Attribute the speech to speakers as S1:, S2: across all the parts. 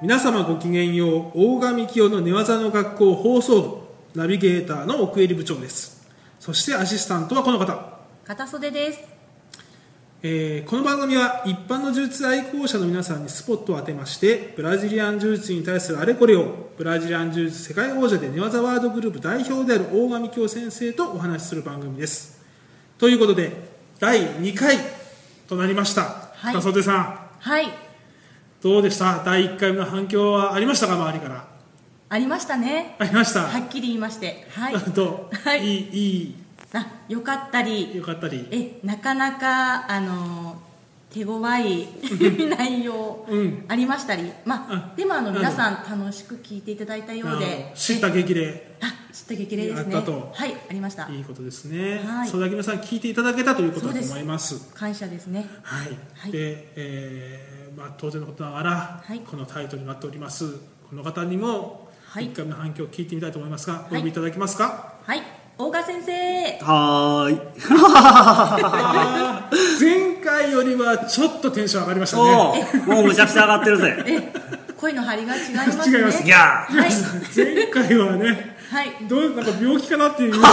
S1: 皆様ごきげんよう大神清の寝技の学校放送部ナビゲーターの奥襟部長ですそしてアシスタントはこの方、
S2: 片袖です
S1: えーこの番組は一般の呪術愛好者の皆さんにスポットを当てましてブラジリアン呪術に対するあれこれをブラジリアン呪術世界王者で寝技ワードグループ代表である大神清先生とお話しする番組ですということで第2回となりました、
S2: はい
S1: 片袖さん
S2: はい
S1: どうでした第1回目の反響はありましたか周りから
S2: ありましたね
S1: ありました、
S2: はっきり言いまして はい
S1: どう、、
S2: はいい
S1: いい
S2: あよかった
S1: い
S2: り
S1: よかったり
S2: えなかなかあの手強い 内容
S1: うん
S2: ありましたり、ま
S1: あ
S2: あ、でもあの
S1: うん
S2: 皆さん楽しく聞いていただいたよう
S1: あの
S2: で
S1: 知った激励
S2: あ知った激励ですね
S1: あったと
S2: はいありました
S1: いいことですね、
S2: はい
S1: それだけ皆さん聞いていただけたということだと
S2: そ
S1: 思
S2: うで
S1: い
S2: す
S1: ます
S2: 感謝ですね
S1: はい、
S2: はい
S1: で、えーまあ、当然のことながら、
S2: はい
S1: このタイトルになっておりますこの方にも
S2: はい
S1: 1回目の反響を聞いてみたいと思いますが、お
S2: い
S1: 呼びいただけますか、
S2: はい大賀先生
S3: はーい。
S1: あー 前回よりはちょっとテンション上がりましたね
S3: おーもうむちゃくちゃ上がってるぜ。
S2: え声の張りが違います ね
S1: 違います
S3: ギャー。
S2: はい
S1: 前回はね
S2: はい
S1: どうなんか病気かなって いうような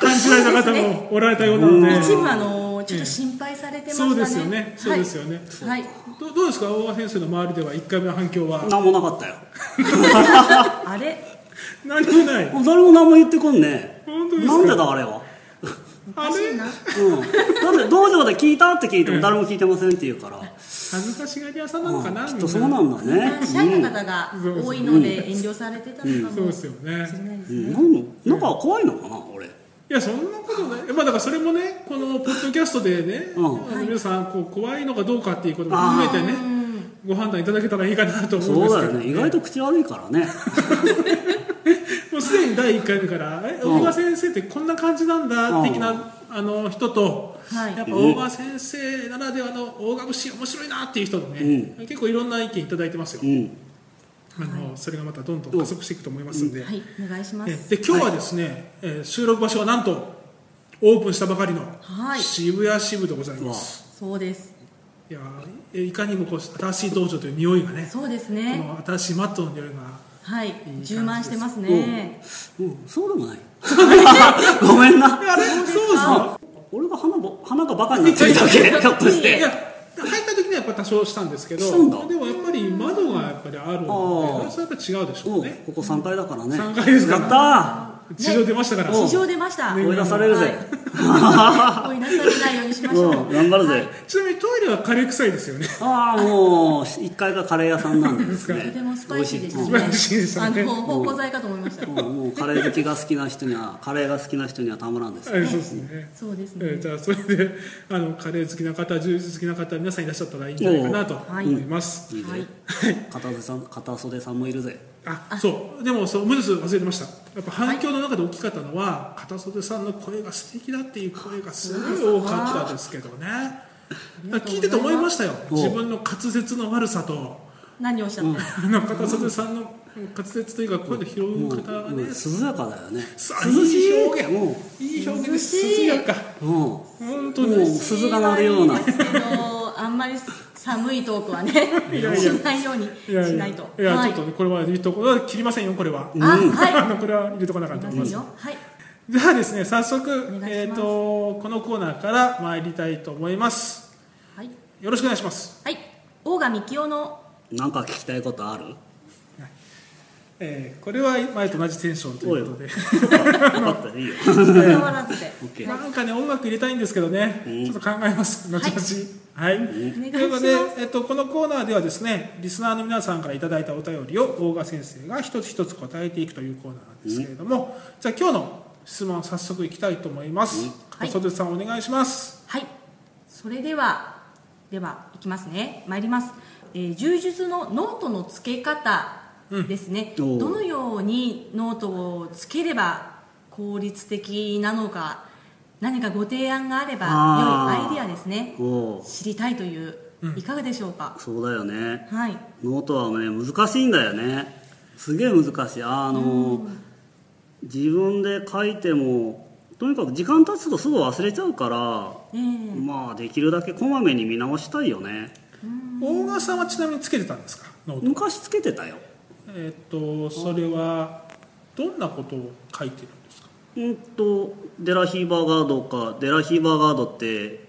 S1: 感じられた方もおられたようなので
S2: 一部あのちょっと心配されてましたね。
S1: そうですよねそうですよね
S2: はい。はい
S1: どどうですか大和先生の周りでは1回目の反響は
S3: なんもなかったよ。
S2: あれ
S1: 何もない
S3: 誰も何も言ってこんね。
S1: 本当ですか
S3: なんでだ、あれは。
S2: お
S1: あ
S2: かしい
S1: れ
S2: な。
S3: うん。なんで、道場で聞いたって聞いても誰も聞いてませんって言うから。
S1: 恥ずかしがり屋さんなのかな
S3: あきっと
S1: み
S3: そ
S1: ん
S3: うなんだね。
S2: シャイな方が多いので遠慮されてたのか
S1: そう
S2: も
S1: で
S2: し
S1: すよ
S2: れ
S1: ね
S2: ないです
S3: う
S2: ね。
S3: ん。なんのなんか怖いのかな、俺。
S1: いやそんなことないまあだからそれもねこのポッドキャストでね、
S3: うん
S1: あの皆さんこう怖いのかどうかっていうことも含めてねご判断いただけたらいいかなと思うんで
S3: そう
S1: す
S3: だ
S1: け
S3: よ
S1: ど、
S3: ね。意外と口悪いからね。
S1: もうすでに第1回目から「え
S3: うん
S1: 大川先生ってこんな感じなんだ」
S3: うん
S1: 的なあの人と、
S2: はい
S1: やっぱ大川先生ならではの大川節面白いなっていう人のね、結構いろんな意見いただいてますよ、
S3: うん。
S1: あのそれがまたどんどん加速していくと思いますんで、
S2: はい、お願いしま
S1: え
S2: す。
S1: で今日はですね、えー収録場所はなんとオープンしたばかりの
S2: はい
S1: 渋谷支部でございます、
S2: そうです。
S1: い、やーえいかにもこう新しい道場という匂いがね
S2: そうです
S1: こ
S2: ね。
S1: の新しいマットの匂いが
S2: はい
S1: 感じで、す
S2: 充満してますね。
S3: うん。そう でもない。ごめんな。
S1: あれそうですか
S3: 俺が鼻ば、鼻がバカになってるだけ。ひょっとし
S1: いや
S3: て。
S1: 入った時にはやっぱ多少したんですけど
S3: したんだ
S1: でもやっぱり窓がやっぱりあるの
S3: あ
S1: で
S3: ー
S1: それはやっぱ違うでしょ
S3: う。
S1: うんね
S3: ここ3階だからね。
S1: 三階ですから
S3: やった
S1: 地上出ましたから
S3: うん
S2: 地上出ました。
S3: ー。追い出されるぜ。
S2: はい。追い出されないようにしましょ
S3: うん。
S2: う。
S3: 頑張るぜ。
S1: ちなみにトイレはカレー臭いですよね
S3: ああもう1階がカレー屋さんなんでです
S2: と
S3: ね
S2: てもスパイシーで
S3: 美味
S1: 美味しいで
S2: し
S1: す
S2: た
S1: ね
S2: ね。あの方向剤かと思いました。
S3: うんもうカレー好きが好きな人にはカレーが好きな人にはたまらんです
S1: はいそうですね
S2: そうです
S1: えー
S2: ね。
S1: じゃあそれで あのカレー好きな方、ジュース好きな方皆さんいらっしゃったらいいんじゃないかなと思
S2: はい
S1: います。
S3: いいぜ、
S2: はい
S3: 片袖さん片袖さんもいるぜ
S1: あ、そうでもそうもう一つ忘れてました。やっぱ反響の中で大きかったのは、片袖さんの声が素敵だっていう声がすごい多かったですけどね。だから聞いてて思いましたよ。
S3: お
S1: 自分の滑舌の悪さと、
S2: 何をおっしゃった。
S1: あの片袖さんの滑舌というか声の拾う方が
S3: うん
S1: ね、
S3: 涼やかだよね
S1: さ
S3: 涼しい
S1: 表現
S3: も
S1: いい表現です。
S2: 涼しい
S1: 涼やか。
S3: う、うん、
S1: 本当
S3: もう
S1: に。
S3: 鈴が鳴るような
S2: はいですけどあんまり寒いトークはね
S1: いやいや
S2: しないように
S1: いやい
S2: し
S1: や
S2: ない
S1: い
S2: と。
S1: や
S2: は
S1: ち
S2: い
S1: ょっとねこれは言うとこ切りませんよこれは。
S2: あは い。
S1: あのこれは入れとかなあかんと
S2: い
S1: 思い
S2: ま
S1: ますす。
S2: よ。はい。
S1: じゃあですね早
S2: お願いし
S1: 速
S2: ます
S1: えっ、とこのコーナーから参りたいと思います。
S2: はい。
S1: よろしくお願いします。
S2: はい。大神清 の。
S3: なんか聞きたいことある
S1: えーこれは前と同じテンションということで、
S3: よかったらいいよ
S2: 伝わらずで。
S3: オッケー
S1: なんかね音楽入れたいんですけどね、
S3: うん
S1: ちょっと考えます後々はい、と
S2: お願いします
S1: いうことで、えっと、このコーナーではですねリスナーの皆さんからいただいたお便りを大賀先生が一つ一つ答えていくというコーナーなんですけれども、じゃあ今日の質問早速いきたいと思います、
S3: うん
S2: はい
S1: 小袖さんお願いします
S2: はい。それではではいきますね。参ります。えー、柔術のノートの付け方ですね。
S3: うんおー
S2: どのようにノートを付ければ効率的なのか。何かご提案があれば
S3: あー
S2: 良いアイデアですね
S3: おお
S2: 知りたいという、いかがでしょうか
S3: そうだよね
S2: はい
S3: ノートはね難しいんだよねすげえ難しいあの、自分で書いてもとにかく時間経つとすぐ忘れちゃうから
S2: ええ
S3: まあできるだけこまめに見直したいよね
S1: 大賀さんはちなみにつけてたんですかノート
S3: 昔つけてたよ
S1: えっとそれはどんなことを書いてるんですか
S3: うんとデラヒーバーガードかデラヒーバーガードって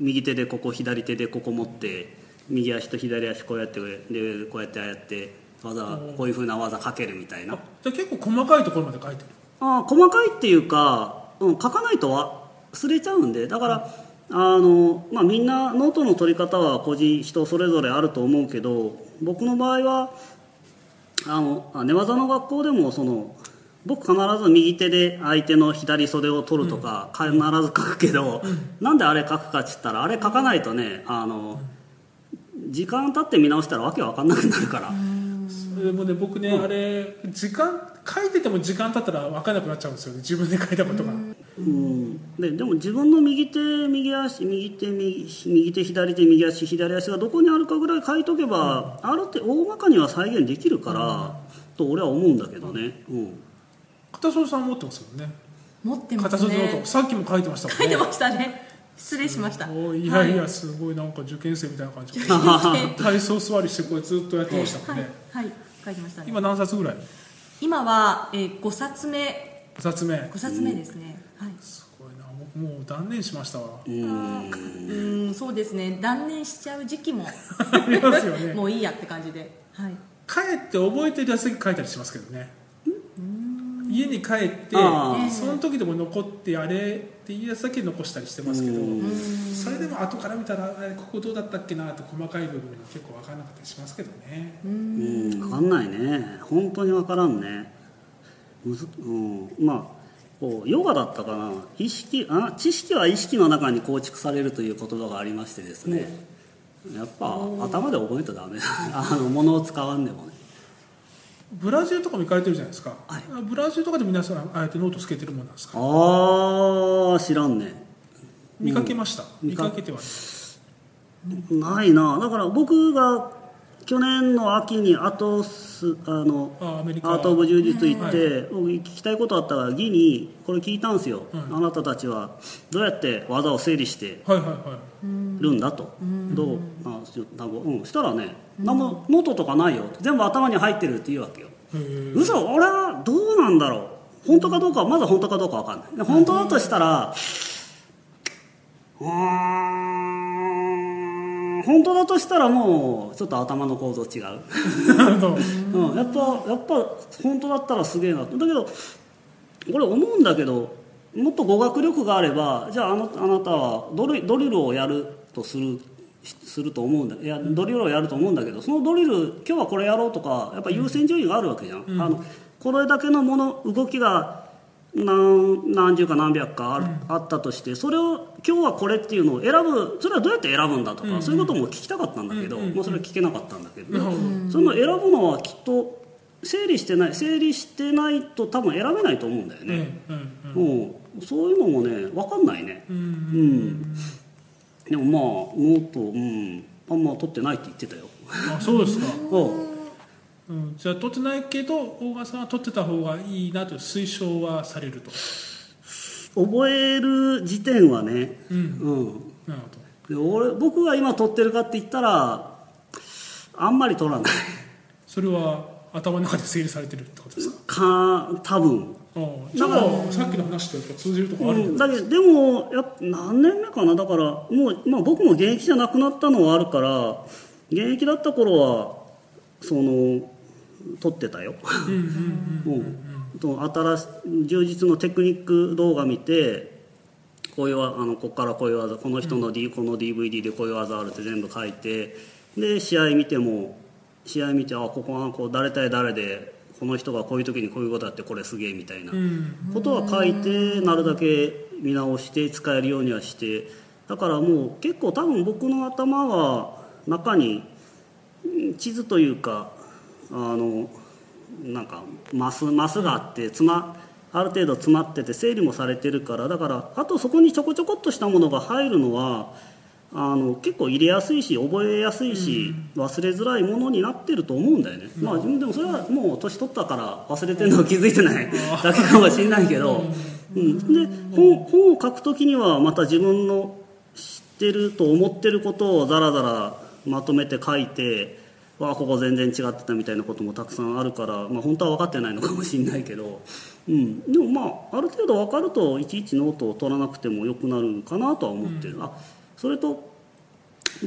S3: 右手でここ左手でここ持って右足と左足こうやってでこうやってああやって技こういうふうな技かけるみたいな
S1: あじゃあ結構細かいところまで書いてる
S3: あー細かいっていうか、うん、書かないと忘れちゃうんでだから、あのまあ、みんなノートの取り方は個人人それぞれあると思うけど僕の場合はあのあ寝技の学校でもその僕必ず右手で相手の左袖を取るとか、必ず書くけど、なんであれ書くかっつったらあれ書かないとねあの時間経って見直したらわけわかんなくなるから。
S1: それもね僕ね、あれ時間書いてても時間経ったら分かんなくなっちゃうんですよね自分で書いたことが、
S3: うん、ででも自分の右手右足右手右右手左手右足左足がどこにあるかぐらい書いとけば、ある程度大まかには再現できるから、と俺は思うんだけどね、うん、
S1: 片袖さん持ってますもんね
S2: 持ってま
S1: 片
S2: す
S1: 袖ノー
S2: ね
S1: トさっきも書いてましたもん
S2: 書
S1: ね
S2: いてましたね失礼しました
S1: おーいやいや、すごいなんか受験生みたいな感じ
S2: はい
S1: 体操座りしてこれずっとやってましたも
S2: は
S1: んね、
S2: い、はい、書いてましたね
S1: 今何冊ぐらい
S2: 今は、えー、5冊目
S1: 5冊目
S2: 5冊目ですね、はい
S1: すごいな僕もう断念しました わ
S3: うん
S2: うんそうですね断念しちゃう時期も
S1: ありますよね
S2: もういいやって感じで、はい、
S1: 帰って覚えてるやつだけ書いたりしますけどね家に帰って
S3: あ
S2: ー
S1: その時でも残ってあれっていうやつだけ残したりしてますけど
S3: うん
S1: それでも後から見たらあれここどうだったっけなって細かい部分が結構分からなかったりしますけどね
S2: うん
S3: うん、分かんないね本当に分からんねむず、うん、まあこうヨガだったかな意識あ知識は意識の中に構築されるという言葉がありましてですね、やっぱ頭で覚えたらダメだね あの物を使わんでもね
S1: ブラジルとかも行かれてるじゃないですか、
S3: はい
S1: ブラジルとかで皆さんあえてノートつけてるもんなんですか
S3: ああ知らんね
S1: 見かけました、
S3: うん
S1: 見かけてはね
S3: ないなだから僕が去年の秋にアトスあの
S1: あアメリカ
S3: アート・オブ・柔術行って、僕聞きたいことあったらギにこれ聞いたんですよ、
S1: はい
S3: あなたたちはどうやって技を整理して
S1: はいはいは
S3: るんだと、どうあちょなんかうんしたらね何もノートとかないよ全部頭に入ってるって言うわけよ、
S1: いへー
S3: 嘘俺はどうなんだろう本当かどうかはまだ本当かどうかわかんないで本当だとしたらうーん本当だとしたらもうちょっと頭の構造 違う、
S1: なるほど
S3: うん、やっぱやっぱ本当だったらすげえなだけどこれ思うんだけどもっと語学力があればじゃああのあなたはドリドリルをやるとするしすると思うんだいやドリルをやると思うんだけどそのドリル今日はこれやろうとかやっぱ優先順位があるわけじゃん、あのこれだけのもの動きが何何十か何百かあ,、あったとしてそれを今日はこれっていうのを選ぶそれはどうやって選ぶんだとか、そういうことも聞きたかったんだけど、まあ、それは聞けなかったんだけど、
S1: なるほど
S3: その選ぶのはきっと整理してない整理してないと多分選べないと思うんだよ
S1: うんう
S3: ね、
S1: んうん
S3: うんそういうのもね分かんないね
S1: うん
S3: うん、でもまあノートうんあんま取ってないって言ってたよ
S1: あそうですか、
S3: うん
S1: うん、じゃあ取ってないけど大川さんは取ってた方がいいなと推奨はされると
S3: 覚える時点はね
S1: うん
S3: うん
S1: なる
S3: で俺僕が今取ってるかって言ったらあんまり取らない
S1: ほどそれは頭の中で整理されてるってことですか
S3: か多分
S1: ああじゃあさっきの話とやっぱ通じるとこある
S3: うんん、
S1: だ
S3: だけどでもやっぱ何年目かなだからもう、まあ、僕も現役じゃなくなったのはあるから現役だった頃はその撮ってたよ、
S1: うんうんうん
S3: うん、と新し充実のテクニック動画見てこういうわあのここからこういう技この人の、D この DVD でこういう技あるって全部書いてで試合見ても試合見てあここはこう誰対誰でこの人がこういう時にこういうことやってこれすげえみたいな。
S1: うん
S3: ことは書いてなるだけ見直して使えるようにはしてだからもう結構多分僕の頭は中にうん地図というかあのなんかマスマスがあってつまある程度詰まってて整理もされてるからだからあとそこにちょこちょこっとしたものが入るのはあの結構入れやすいし覚えやすいし、忘れづらいものになってると思うんだよね、まあでもそれはもう年取ったから忘れてるのは気づいてないだけかもしれないけど、うん、で本本を書く時にはまた自分の知ってると思ってることをザラザラまとめて書いてわあここ全然違ってたみたいなこともたくさんあるから、まあ、本当は分かってないのかもしれないけど、うん、でもまあある程度分かるといちいちノートを取らなくてもよくなるかなとは思ってる、あそれと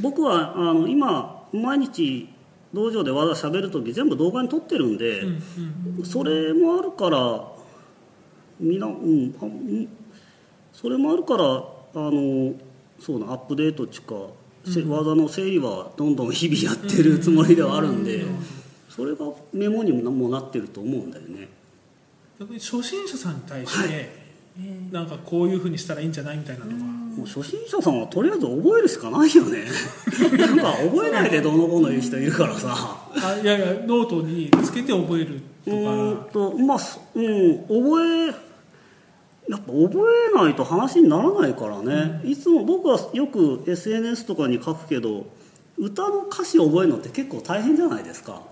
S3: 僕はあの今毎日道場で技しゃべる時全部動画に撮ってるんで、
S1: うんうん
S3: それもあるからみな、うんあうん、それもあるからあのそうなアップデートっていうか、せ技の整理はどんどん日々やってるつもりではあるんで、それがメモにもなもなってると思うんだよね。
S1: 逆に初心者さんに対してなんかこういうふうにしたらいいんじゃないみたいなのは
S3: もう初心者さんはとりあえず覚えるしかないよ ねなんか覚えないでどうのこうの言う人いるからさ
S1: あいやいやノートにつけて覚えると
S3: うー
S1: か
S3: んとまあそうん覚えやっぱ覚えないと話にならないからね、いつも僕はよく SNS とかに書くけど歌の歌詞を覚えるのって結構大変じゃないですか、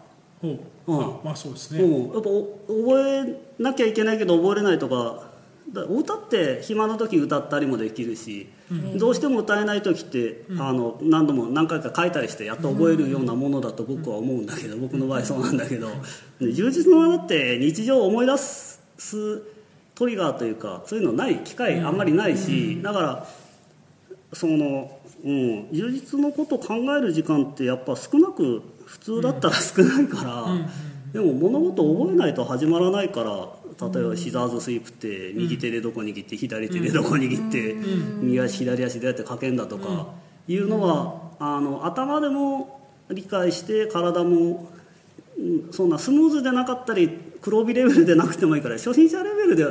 S1: ほう、
S3: うん
S1: あまあそうですね、
S3: うん、やっぱお覚えなきゃいけないけど覚えれないとかだお歌って暇な時歌ったりもできるし、どうしても歌えない時って、あの何度も何回か書いたりしてやっと覚えるようなものだと僕は思うんだけど、僕の場合そうなんだけど、で充実の技って日常を思い出すトリガーというかそういうのない機会あんまりないし、だからその、うん、充実のこと考える時間ってやっぱ少なく普通だったら少ないから。
S1: うん
S3: でも物事を覚えないと始まらないから例えばシザーズスイープって右手でどこ握って左手でどこ握って右足左足でやって書けんだとかいうのはあの頭でも理解して体もうんそんなスムーズでなかったり黒帯レベルでなくてもいいから初心者レベルで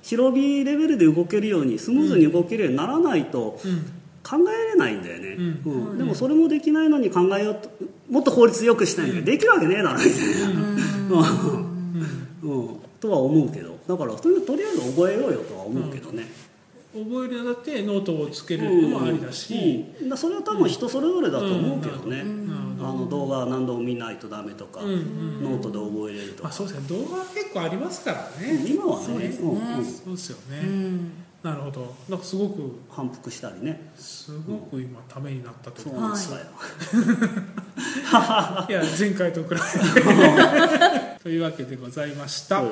S3: 白帯レベルで動けるようにスムーズに動けるようにならないと
S1: うん
S3: 考えれないんだよね、
S1: うん
S3: うんでもそれもできないのに考えようともっと効率よくしたいんだけどできるわけねえだろみたいな。うん、とは思うけどだからとりあえず覚えようよとは思うけどね、
S1: 覚えるのだってノートをつけ
S3: う
S1: るのもありだし、
S3: うんだからそれは多分人それぞれだと思うけどね、
S1: うんうん
S3: あの動画は何度も見ないとダメとか、
S1: うんうん
S3: ノートで覚えれると
S1: まあ
S3: か、
S1: そうですね動画は結構ありますから
S3: うん
S1: ね、
S3: 今はね
S2: そうですね
S3: んうん
S1: そうですよ
S2: う
S1: ね、
S2: ん
S1: なるほどなんかすごく
S3: 反復したりね
S1: すごく今ためになったと
S3: そ
S1: 思
S3: う
S1: う、
S3: なんですよ、
S1: いや前回と比べてというわけでございました、
S3: うん